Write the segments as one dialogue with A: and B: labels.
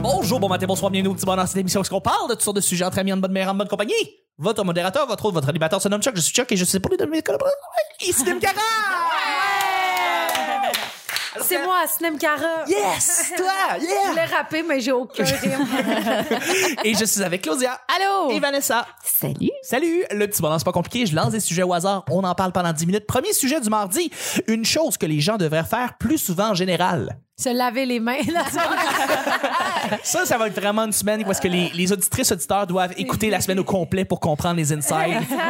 A: Bonjour, bon matin, bonsoir, bienvenue au petit bonheur. Dans cette émission, où est-ce qu'on parle de toutes sortes de sujets entre amis, en bonne mère, en bonne compagnie? Votre modérateur, votre autre, votre animateur se nomme Chuck. Je suis Chuck et je suis pour les deux de mes collaborateurs. Ici Dim Cara! Alors,
B: C'est moi, Slim Cara.
A: Yes! Toi!
B: Je voulais
A: Yeah!
B: rapper, mais j'ai aucun rire.
A: Et je suis avec Claudia.
C: Allô?
A: Et Vanessa.
C: Salut.
A: Salut! Le petit bonheur, c'est pas compliqué. Je lance des sujets au hasard. On en parle pendant 10 minutes. Premier sujet du mardi. Une chose que les gens devraient faire plus souvent en général.
B: Se laver les mains.
A: Ça, ça va être vraiment une semaine parce que les, les auditrices auditeurs doivent écouter la semaine au complet pour comprendre les insides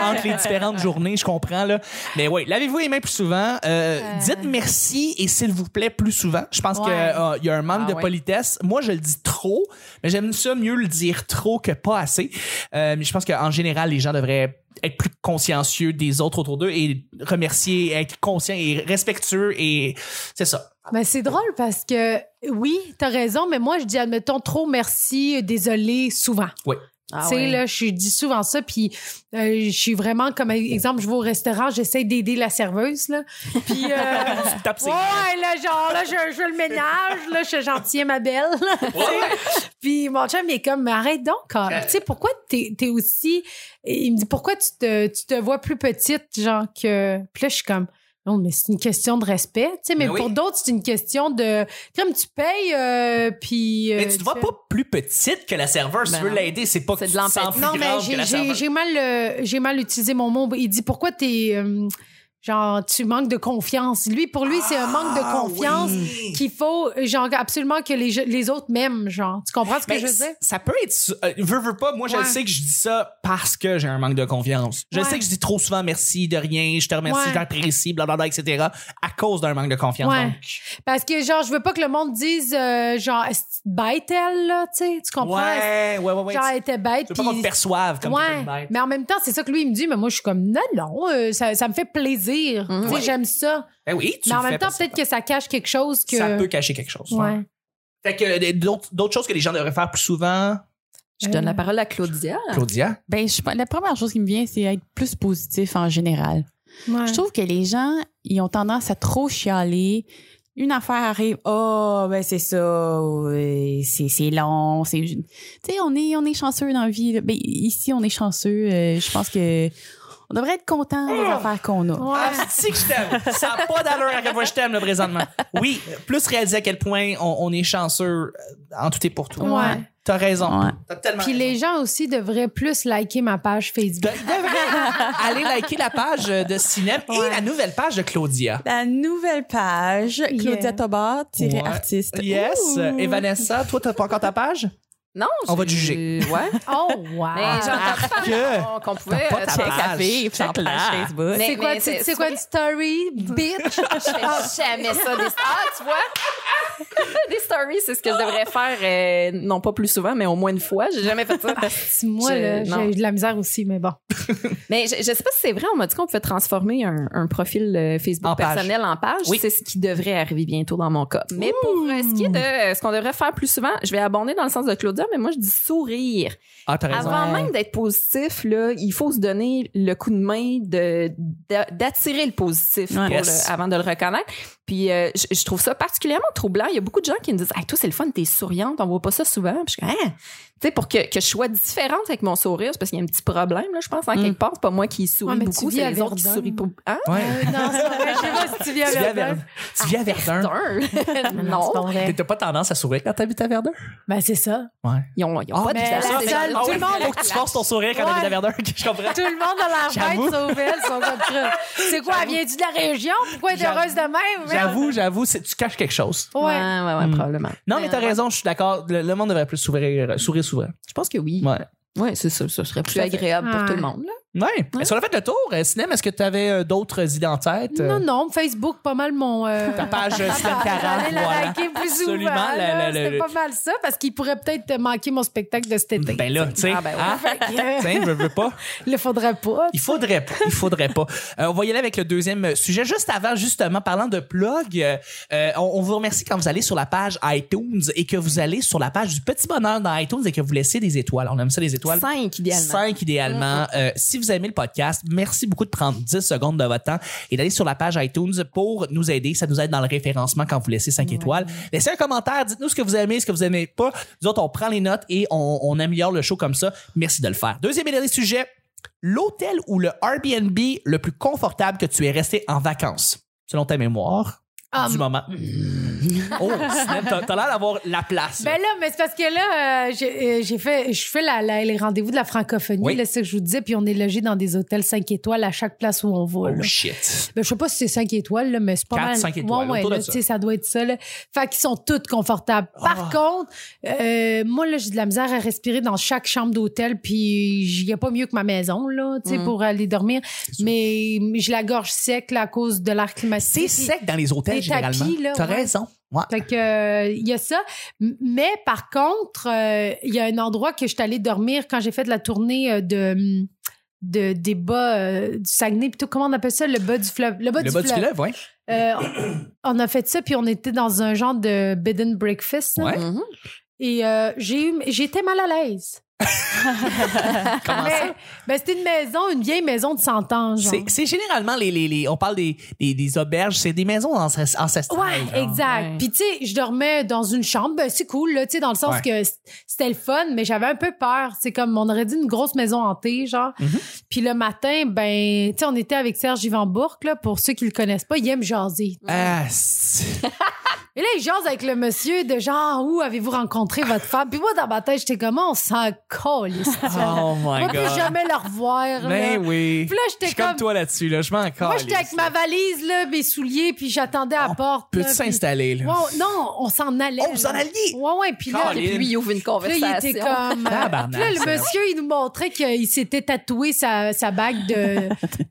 A: entre les différentes journées. Je comprends là, mais oui, lavez-vous les mains plus souvent. Euh, Dites merci et s'il vous plaît plus souvent. Je pense qu'il
C: Ouais.
A: y a un manque
C: Ah,
A: de
C: ouais.
A: politesse. Moi, je le dis trop, mais j'aime ça mieux le dire trop que pas assez. Euh, mais je pense qu'en général, les gens devraient être plus consciencieux des autres autour d'eux et remercier, être conscient et respectueux et c'est ça.
B: Mais c'est drôle parce que, oui, t'as raison, mais moi, je dis, admettons, trop merci, désolé, souvent.
A: Oui.
B: tu sais, là, je dis souvent ça, puis euh, je suis vraiment, comme exemple, je vais au restaurant, j'essaie d'aider la serveuse, là. Puis, euh,
A: Tape ses-
B: ouais, là, genre, là, je, je veux le ménage, là, je suis gentille, ma belle. Puis mon chum, il est comme, mais arrête donc, Carl.
A: Euh.
B: Tu sais, pourquoi t'es es aussi. Et il me dit, pourquoi tu te, tu te vois plus petite, genre que. Puis là, je suis comme. Non, mais c'est une question de respect, tu sais.
A: Mais
B: Mais,
A: Ben oui.
B: pour d'autres, c'est une question de comme tu payes, euh, puis. euh,
A: Mais tu te vois
B: fais-
A: pas plus petite que la serveuse.
C: Ben
A: tu veux
C: non.
A: l'aider, c'est pas que
C: C'est
A: tu
C: de
A: te sens
C: l'empathie.
A: plus
B: Non, mais
A: grande que
B: j'ai-
A: la
B: j'ai
A: serveuse.
B: j'ai mal, euh, j'ai mal utilisé mon mot. Il dit pourquoi t'es euh, genre tu manques de confiance. Lui, pour lui, c'est un manque de
A: Ah,
B: confiance
A: oui.
B: qu'il faut genre absolument que les, les autres m'aiment. Genre, tu comprends ce que
A: Mais
B: je veux dire?
A: c- ça peut être. su- euh, veux, veux pas. Moi, je
B: Ouais.
A: sais que je dis ça parce que j'ai un manque de confiance. Je
B: Ouais.
A: sais que je dis trop souvent merci, de rien, je te remercie,
B: Ouais.
A: j'apprécie, blablabla, etc. à cause d'un manque de confiance.
B: Ouais.
A: donc.
B: Parce que, genre, je veux pas que le monde dise, euh, genre, Est-ce que tu te bête, elle, là, tu sais, tu comprends?
A: ouais, ouais, ouais. ouais.
B: Genre, elle était
A: Tu
B: bête.
A: veux pas qu'on te
B: puis-
A: perçoive comme quelqu'un de
B: Ouais,
A: bête.
B: mais en même temps, c'est ça que lui, il me dit, mais moi, je suis comme, non, non, euh, ça, ça me fait plaisir.
C: Mhm.
B: Tu sais,
A: Ouais.
B: j'aime ça.
A: Ben oui, tu
B: mais en
A: le fais
B: même temps,
A: parce-
B: peut-être que ça cache quelque chose que.
A: Ça peut cacher quelque chose.
B: Ouais.
A: Fait que euh, d'autres d'autres choses que les gens devraient faire plus souvent,
B: Ah.
C: Je
A: Euh,
C: donne la parole à Claudia.
A: Claudia.
D: Ben, je, la première chose qui me vient, c'est être plus positif en général.
B: Ouais.
D: Je trouve que les gens, ils ont tendance à trop chialer. Une affaire arrive, oh, ben c'est ça, ouais, c'est c'est long, c'est... Tu sais, on est, on est chanceux dans la vie. là. Ben, ici, on est chanceux. Euh, je pense que on devrait être content des affaires qu'on a.
B: Ouais.
A: Ah, si que je t'aime. Ça n'a pas d'allure à quel point je t'aime, là, présentement. Oui, plus réaliser à quel point on, on est chanceux euh, en tout et pour tout.
B: Ouais.
A: T'as raison.
D: Ouais.
A: T'as tellement
B: Puis les gens aussi devraient plus liker ma page Facebook.
A: Allez liker la page de Cinem et la nouvelle page de Claudia.
D: La nouvelle page, Claudia
B: Yeah.
D: Tobar-artiste.
A: Yes. Et Vanessa, toi, t'as pas encore ta page?
C: Non,
A: On va
C: je-
A: juger.
C: Ouais.
B: Oh, wow!
C: Mais j'entends pas
A: que-
C: qu'on- qu'on pouvait.
A: pas
C: euh,
A: ta
C: check.
A: page.
D: Facebook.
C: Mais-
B: C'est quoi,
C: mais
B: c'est
C: c'est-
B: c'est quoi une story, bitch? Ah,
C: Je fais jamais ça. Des... Ah, tu vois? des stories, c'est ce que je devrais faire, euh, non pas plus souvent, mais au moins une fois. J'ai jamais fait ça.
B: Moi,
C: Je-
B: là,
C: non.
B: j'ai eu de la misère aussi, mais bon.
C: Mais je, je sais pas si c'est vrai, on m'a dit qu'on pouvait transformer un, un profil euh, Facebook
A: En page.
C: personnel en page.
A: Oui.
C: C'est ce qui devrait arriver bientôt dans mon cas. Mais pour euh, ce qui est de euh, ce qu'on devrait faire plus souvent, je vais abonder dans le sens de Claudia, mais moi je dis sourire.
A: Ah, t'as raison.
C: Avant
D: Ouais.
C: même d'être positif, là, il faut se donner le coup de main de d'a- d'attirer le positif
D: Ouais.
C: pour
A: Yes.
C: le- avant de le reconnaître. Puis euh, je, je trouve ça particulièrement troublant. Il y a beaucoup de gens qui me disent "Hey, toi c'est le fun, t'es souriante, on voit pas ça souvent." Puis je dis, Hein? Tu sais pour que, que je sois différente avec mon sourire, c'est parce qu'il y a un petit problème là, je pense en
A: Mm.
C: quelque part, c'est pas moi qui souris
B: Ouais, mais tu
C: beaucoup,
B: vis
C: c'est
B: à
C: les autres qui
B: Verdun.
C: sourient pas. Hein?
A: Ouais.
B: Euh, Ah, non, c'est pas vrai. Je sais pas si tu viens
A: Tu vis à
B: avec
A: Verdun. Tu vis à Verdun.
C: Verdun.
B: Non, c'est pas
C: non,
B: vrai.
A: T'as pas tendance à sourire quand t'habites à Verdun?
B: Ben, c'est ça.
A: Ouais.
C: ils ont, ils ont
A: Ah,
C: pas de
B: mais
C: visage.
B: la
C: C'est
B: seule-
C: genre,
B: tout le monde-
A: Faut que tu forces ton sourire quand
B: Ouais.
A: t'habites à Verdun. Je comprends.
B: Tout le monde a l'air
A: J'avoue.
B: bête, sauf elle, sont comme ça. C'est quoi, elle vient-tu de la région? Pourquoi elle est
A: J'avoue.
B: heureuse de même?
A: J'avoue, j'avoue, c'est- tu caches quelque chose.
C: Ouais,
B: Ouais.
C: ouais, ouais,
A: Mm.
C: probablement.
A: Non,
B: Euh,
A: mais t'as raison, je suis d'accord. Le, le monde devrait plus sourire, euh, sourire souvent.
C: Je pense que oui.
A: Ouais.
C: Ouais, c'est ça, ça serait plus
D: Tout à fait.
C: agréable pour
B: Ouais.
C: tout le monde. là.
A: Ouais. Est-ce qu'on a fait le tour? Euh, Cinem, est-ce que tu avais d'autres idées en tête?
B: Non,
A: Euh,
B: non, Facebook, pas mal mon. euh,
A: Ta page euh, Cinem Cara,
B: J'allais la
A: voilà.
B: liker plus souvent.
A: Absolument, la- la-
B: là.
A: la-
B: C'était
A: le-
B: pas mal ça, parce qu'il pourrait peut-être manquer mon spectacle de cet été.
A: Ben là, tu sais,
C: Ah, ben ouais.
A: hein?
B: Fait que-
A: Tiens, je veux pas.
B: Le faudrait pas.
A: Il faudrait pas. Il faudrait pas. Euh, on va y aller avec le deuxième sujet. Juste avant, justement, parlant de plug, euh, euh, on, on vous remercie quand vous allez sur la page iTunes et que vous allez sur la page du Petit Bonheur dans iTunes et que vous laissez des étoiles. On aime ça, les étoiles.
C: Cinq, idéalement.
A: Cinq idéalement. Euh, si vous vous aimez le podcast, merci beaucoup de prendre 10 secondes de votre temps et d'aller sur la page iTunes pour nous aider. Ça nous aide dans le référencement quand vous laissez 5 étoiles. Laissez un commentaire, dites-nous ce que vous aimez, ce que vous aimez pas. Nous autres, on prend les notes et on, on améliore le show comme ça. Merci de le faire. Deuxième et dernier sujet, l'hôtel ou le Airbnb le plus confortable que tu es resté en vacances, selon ta mémoire du
B: Um,
A: moment. Oh, Sinem, t'as t'as l'air d'avoir la place. là.
B: Ben là, mais c'est parce que là, euh, j'ai euh, j'ai fait, je fais la, la- les rendez-vous de la francophonie,
A: Oui.
B: là, c'est ce que je vous disais, puis on est logé dans des hôtels 5 étoiles à chaque place où on va.
A: oh
B: là.
A: shit.
B: Ben, je sais pas si c'est 5 étoiles, là, mais c'est pas
A: Quatre,
B: mal.
A: cinq étoiles,
B: Ouais, ouais,
A: autour de
B: là,
A: ça. Ah.
B: tu sais, ça doit être ça. Là. Fait qu'ils sont toutes confortables. Par contre, euh, moi, là, j'ai de la misère à respirer dans chaque chambre d'hôtel, puis il n'y a pas mieux que ma maison, là, tu sais,
C: Mm.
B: pour aller dormir. Mais j'ai la gorge sec, là, à cause de l'air
A: C'est
B: climatisé. Puis-
A: sec dans les hôtels
B: les
A: généralement.
B: tapis, là,
A: T'as
B: ouais.
A: raison. Ouais.
B: Fait que euh, il y a ça, M- mais par contre, euh, il y a un endroit que je suis allée dormir quand j'ai fait de la tournée euh, de de des bas euh, du Saguenay plutôt comment on appelle ça le bas du fleuve le bas
A: Le
B: du
A: bas du
B: fleuve
A: fleuve, ouais.
B: Euh, on a fait ça puis on était dans un genre de bed and breakfast là.
A: Ouais.
C: Mhm.
B: et euh, j'ai eu j'étais mal à l'aise
A: Comment ça?
B: Mais- ben, c'était une maison une vieille maison de 100
A: Ah,
B: ans genre
A: C'est c'est généralement les, les, les- On parle des, des, des auberges, c'est des maisons ancest-
B: Ouais,
A: ancestrales. genre.
B: exact.
C: ouais.
B: Puis tu sais, je dormais dans une chambre, ben, c'est cool là, tu sais dans le sens
A: Ouais.
B: que c- c'était le fun, mais j'avais un peu peur, c'est comme on aurait dit une grosse maison hantée genre.
A: Mhm.
B: Puis le matin, ben tu sais on était avec Serge Yvanbourg là pour ceux qui le connaissent pas, il aime jaser.
A: Ah, c'est-
B: Et là il jase avec le monsieur de genre où avez-vous rencontré votre femme Puis moi dans ma tête, j'étais comme on s'en colle.
A: oh my
B: On peut
A: god.
B: jamais la revoir.
A: Mais
B: là.
A: oui.
B: Puis là,
A: Je
B: j'étais
A: suis comme,
B: comme-
A: toi là-dessus, là. Je m'en
B: Moi,
A: calisse, Oh,
B: j'étais avec
A: là.
B: ma valise, là, mes souliers, puis j'attendais à la porte. là,
A: Peux-tu
B: puis-
A: s'installer, là?
B: Ouais, non, on s'en allait.
A: Oh, vous en
B: là.
A: alliez?
B: Ouais, ouais. Puis là,
A: Caroline.
C: Puis lui, il ouvre une
B: Puis
C: conversation.
B: là, il était comme.
A: Tabarnak,
B: Puis là, le
A: c'est vrai.
B: monsieur, il nous montrait qu'il s'était tatoué sa, sa bague de,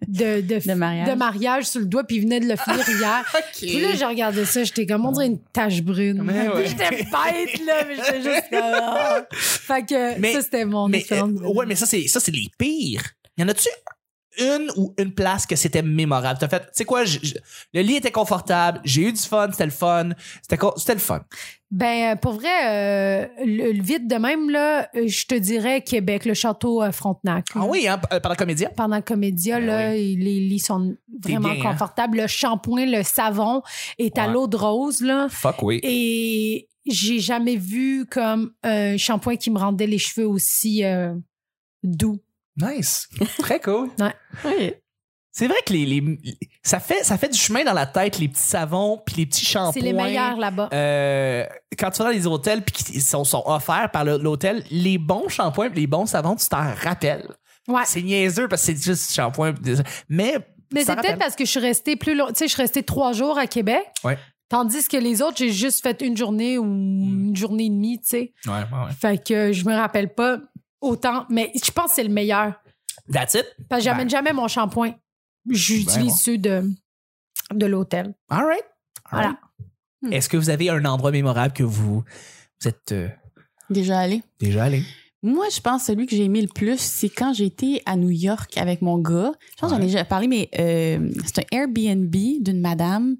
B: de,
D: De mariage.
B: de mariage sur le doigt, puis il venait de le finir hier. Puis là, j'ai regardé ça, j'étais comme, on dirait une tache brune.
A: Mais ouais.
B: Puis J'étais bête, là, mais j'étais juste comme. ah. Fait que
A: Mais-
B: ça, c'était mon
A: Mais, euh,
B: expérience.
A: ouais, mais ça, c'est ça, c'est les pires. Y en a-tu une ou une place que c'était mémorable? T'as fait, tu sais quoi, je- je- le lit était confortable, j'ai eu du fun, c'était le fun, c'était co- c'était le fun.
B: Ben, euh, pour vrai, euh, le, le vide de même, là, euh, je te dirais Québec, le château euh, Frontenac.
A: Ah oui, hein, p- euh, par la comédien?
B: Pendant Comédia,
A: Ben
B: là, et les lits sont
A: T'es
B: vraiment
A: bien, hein?
B: confortables. Le shampoing, le savon est à
A: Ouais.
B: l'eau de rose, là.
A: Fuck oui.
B: Et j'ai jamais vu comme un shampoing qui me rendait les cheveux aussi euh, doux.
A: Nice. Très cool.
C: Oui.
A: C'est vrai que les, les- ça, fait, ça fait du chemin dans la tête, les petits savons puis les petits shampoings.
B: C'est les meilleurs là-bas.
A: Euh, quand tu vas dans les hôtels puis qu'ils sont, sont offerts par le- l'hôtel, les bons shampoings puis les bons savons, tu t'en rappelles.
B: ouais.
A: C'est niaiseux parce que c'est juste shampoing. Mais, tu t'en
B: Mais c'est peut-être
A: rappelles.
B: parce que je suis restée plus long. Tu sais, je suis restée trois jours à Québec.
A: Ouais.
B: Tandis que les autres, j'ai juste fait une journée ou une journée et demie, tu sais.
A: Ouais, Mm. ouais, ouais.
B: Fait que je me rappelle pas autant, mais je pense que c'est le meilleur.
A: That's it.
B: Parce que j'amène
A: Ben.
B: jamais mon shampoing. J'utilise
A: Ben bon.
B: ceux de, de l'hôtel.
A: All right. All
B: Voilà.
A: right. Est-ce que vous avez un endroit mémorable que vous, vous êtes euh,
D: Déjà allé.
A: déjà allé?
D: Moi, je pense que celui que j'ai aimé le plus, c'est quand j'ai été à New York avec mon gars. Je pense que j'en ai déjà parlé, mais euh, c'est un Airbnb d'une madame.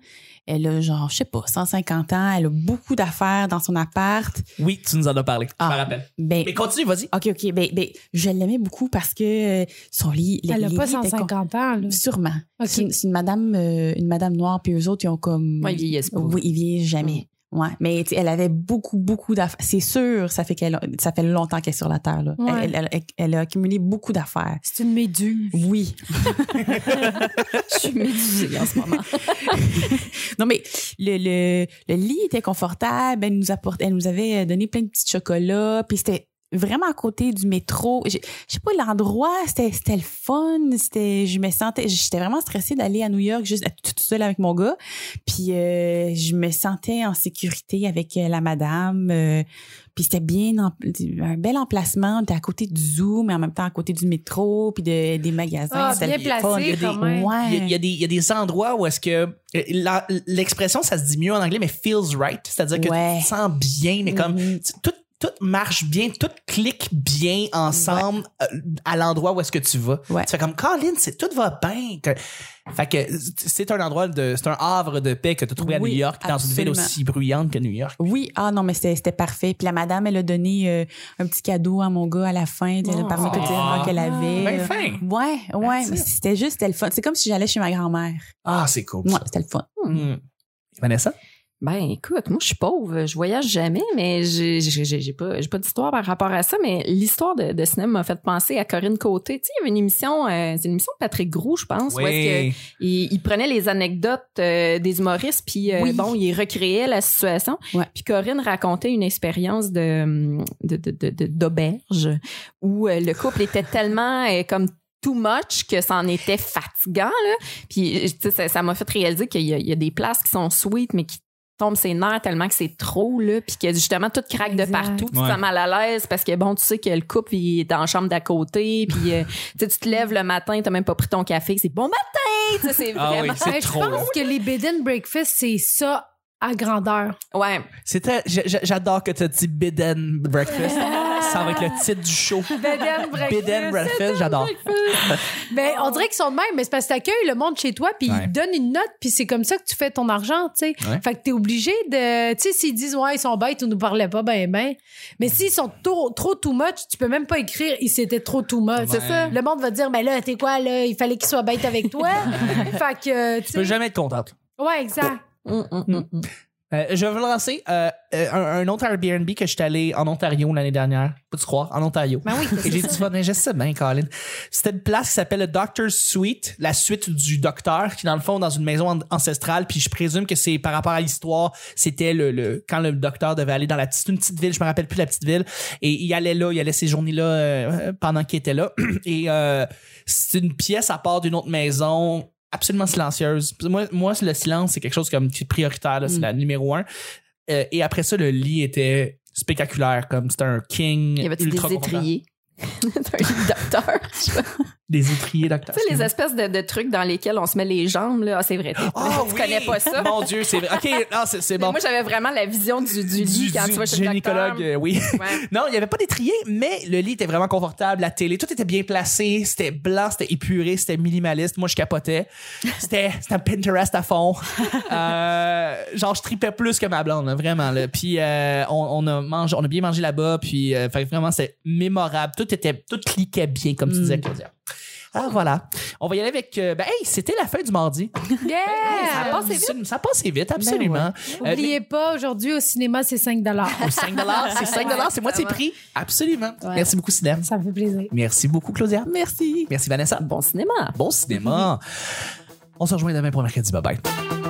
D: Elle a genre, je sais pas, 150 ans. Elle a beaucoup d'affaires dans son appart.
A: Oui, tu nous en as parlé. Je
D: Ah.
A: me rappelle.
D: Ben,
A: Mais continue, vas-y.
D: OK, OK. Ben, ben, je l'aimais beaucoup parce que euh, son lit... les-
B: Elle a
D: les
B: pas
D: lits étaient
B: 150 ans, là.
D: con- Sûrement.
B: Ok.
D: C'est une, c'est une madame, euh, une madame noire, puis eux autres, ils ont comme...
C: Moi, il vieillissent pas.
D: Oui, ils vieillissent jamais. Ouais, mais tu sais, elle avait beaucoup, beaucoup d'affaires. C'est sûr, ça fait qu'elle, ça fait longtemps qu'elle est sur la terre. là.
B: Ouais.
D: Elle, elle- elle- elle a accumulé beaucoup d'affaires.
B: C'est une méduse.
D: Oui. Je suis médusée en ce moment. non, mais le, le, le lit était confortable. Elle nous, apporte, elle nous avait donné plein de petits chocolats. Puis c'était vraiment à côté du métro. J'ai- Je sais pas, l'endroit, c'était c'était le fun. C'était, je me sentais, j'étais vraiment stressée d'aller à New York juste toute seule avec mon gars. Puis euh, je me sentais en sécurité avec euh, la madame. euh, puis c'était bien, en- un bel emplacement. On était à côté du zoo, mais en même temps à côté du métro, puis de- des magasins.
B: Ah,
D: C'était
B: bien
A: le fun, il y a des-
B: placée, quand même.
D: Ouais.
A: Il y a- il y, a des- il y a des endroits où est-ce que euh, la- l'expression, ça se dit mieux en anglais, mais feels right. C'est-à-dire que
D: Ouais.
A: tu te sens bien, mais comme
D: Mhm.
A: tu- tout tout marche bien, tout clique bien ensemble euh, à l'endroit où est-ce que tu vas.
D: Ouais.
A: Tu fais comme Colin, c'est tout va bien. T'as- Fait que c'est un endroit de c'est un havre de paix que tu as trouvé à
D: Oui,
A: New York dans une ville
D: absolument.
A: aussi bruyante que New York.
D: Oui, ah non, mais c'était c'était parfait. Puis la madame, elle a donné euh, un petit cadeau à mon gars à la fin, tu sais,
C: Oh.
D: parmi toutes les
A: Ah.
D: erreurs qu'elle avait.
A: Ben fin.
D: Ouais, ouais,
A: That's
D: mais
A: it.
D: c'était juste, c'était le fun. C'est comme si j'allais chez ma grand-mère.
A: Ah, c'est cool.
D: Ouais,
A: ça.
D: c'était le fun.
A: Hmm. Vanessa
C: Ben écoute, moi je suis pauvre, je voyage jamais, mais j'ai j'ai- j'ai- j'ai pas, j'ai pas d'histoire par rapport à ça, mais l'histoire de, de cinéma m'a fait penser à Corinne Côté. Tu sais, il y avait une émission, euh, c'est une émission de Patrick Groux, je pense, où est-ce que il, il prenait les anecdotes euh, des humoristes, puis euh,
D: Oui.
C: bon, il recréait la situation.
D: Ouais.
C: Puis Corinne racontait une expérience de hum, de- de- de- de- d'auberge où euh, le couple était tellement euh, comme too much que ça en était fatigant. Là. Puis tu sais, ça ça m'a fait réaliser qu'il y, a- il y a des places qui sont sweet, mais qui tombent ses nerfs tellement que c'est trop là puis que justement tout craque de
B: Exact.
C: partout puis
A: Ouais.
C: tu te sens mal à l'aise parce que bon tu sais que le couple il est dans la chambre d'à côté puis euh, tu sais, tu te lèves le matin t'as même pas pris ton café c'est bon matin tu sais, c'est
A: Ah oui,
C: vraiment
A: C'est
B: Ben, je
A: trop,
B: pense
A: là.
B: que les bed and breakfast, c'est ça à grandeur.
C: ouais
A: C'était, j'a- j'a- j'adore que tu as dit bed and breakfast. Ça va être le titre du show.
B: Bed and breakfast.
A: Bed and breakfast, j'adore.
B: Ben, on dirait qu'ils sont de même, mais c'est parce que t'accueilles le monde chez toi, puis
A: Ouais.
B: ils te donnent une note, puis c'est comme ça que tu fais ton argent, tu sais.
A: Ouais.
B: Fait que t'es obligé de... Tu sais, s'ils disent, ouais, ils sont bêtes, ils nous parlaient pas, ben, ben. Mais s'ils sont trop, trop too much, tu peux même pas écrire, ils étaient trop too much.
A: C'est ça.
B: Le monde va te dire, mais là, t'es quoi, là? Il fallait qu'ils soient bêtes avec toi. fait que, euh, tu
A: Tu peux
B: sais...
A: jamais être contente.
B: Ouais, exact.
C: Hum, hum, hum, hum.
A: Euh, je vais vous lancer euh, euh, un, un autre Airbnb que j'étais allé en Ontario l'année dernière. Peux-tu croire? En Ontario.
B: Ben oui,
A: Et
B: c'est
A: j'ai
B: ça.
A: dit, bon, je sais bien, Colin. C'était une place qui s'appelle le Doctor's Suite, la suite du docteur, qui dans le fond, dans une maison an- ancestrale. Puis je présume que c'est par rapport à l'histoire, c'était le, le- quand le docteur devait aller dans la petite, une petite ville, je me rappelle plus la petite ville. Et il allait là, il allait ces journées-là euh, pendant qu'il était là. Et euh, c'est une pièce à part d'une autre maison absolument silencieuse. Moi, moi le silence, c'est quelque chose comme qui est prioritaire, là, c'est
D: Mm.
A: la numéro un. Euh, et après ça, le lit était spectaculaire, comme c'était un king
C: il y avait des
A: ultra confortable.
C: étriers d'un docteur tu vois.
A: Des étriers, docteur.
C: tu sais les espèces de, de trucs dans lesquels on se met les jambes là Ah, c'est vrai t'es-
A: Ah
C: tu
A: oui!
C: connais pas ça
A: Mon Dieu, c'est vrai. OK, non, c'est, c'est
C: Mais
A: bon.
C: moi j'avais vraiment la vision du, du lit
A: Du-
C: quand
A: du
C: tu vas chez le docteur
A: gynécologue, euh, oui.
C: Ouais.
A: Non, il n'y avait pas d'étrier, mais le lit était vraiment confortable, la télé, tout était bien placé, c'était blanc, c'était épuré, c'était minimaliste. Moi, je capotais. C'était, c'était un Pinterest à fond. Euh, genre, je tripais plus que ma blonde, là, vraiment. Là. Puis, euh, on, on a mangé, on a bien mangé là-bas, puis euh, fait que vraiment, c'était mémorable. Tout, était, tout cliquait bien, comme tu
C: Mm.
A: disais, Claudia. Ah, voilà. On va y aller avec. euh, ben, hey, c'était la fin du mardi.
B: Yeah!
C: Ça passe vite. Ben
A: Absolument, Ah, Ça passait vite, absolument. Euh,
B: N'oubliez pas, aujourd'hui, au cinéma, c'est 5
A: 5 c'est 5 c'est moitié prix. Absolument. Merci beaucoup, Sinem.
B: Ça me fait plaisir.
A: Merci beaucoup, Claudia.
D: Merci.
A: Merci, Vanessa.
C: bon cinéma
A: Bon cinéma. On se rejoint demain pour mercredi. Bye bye.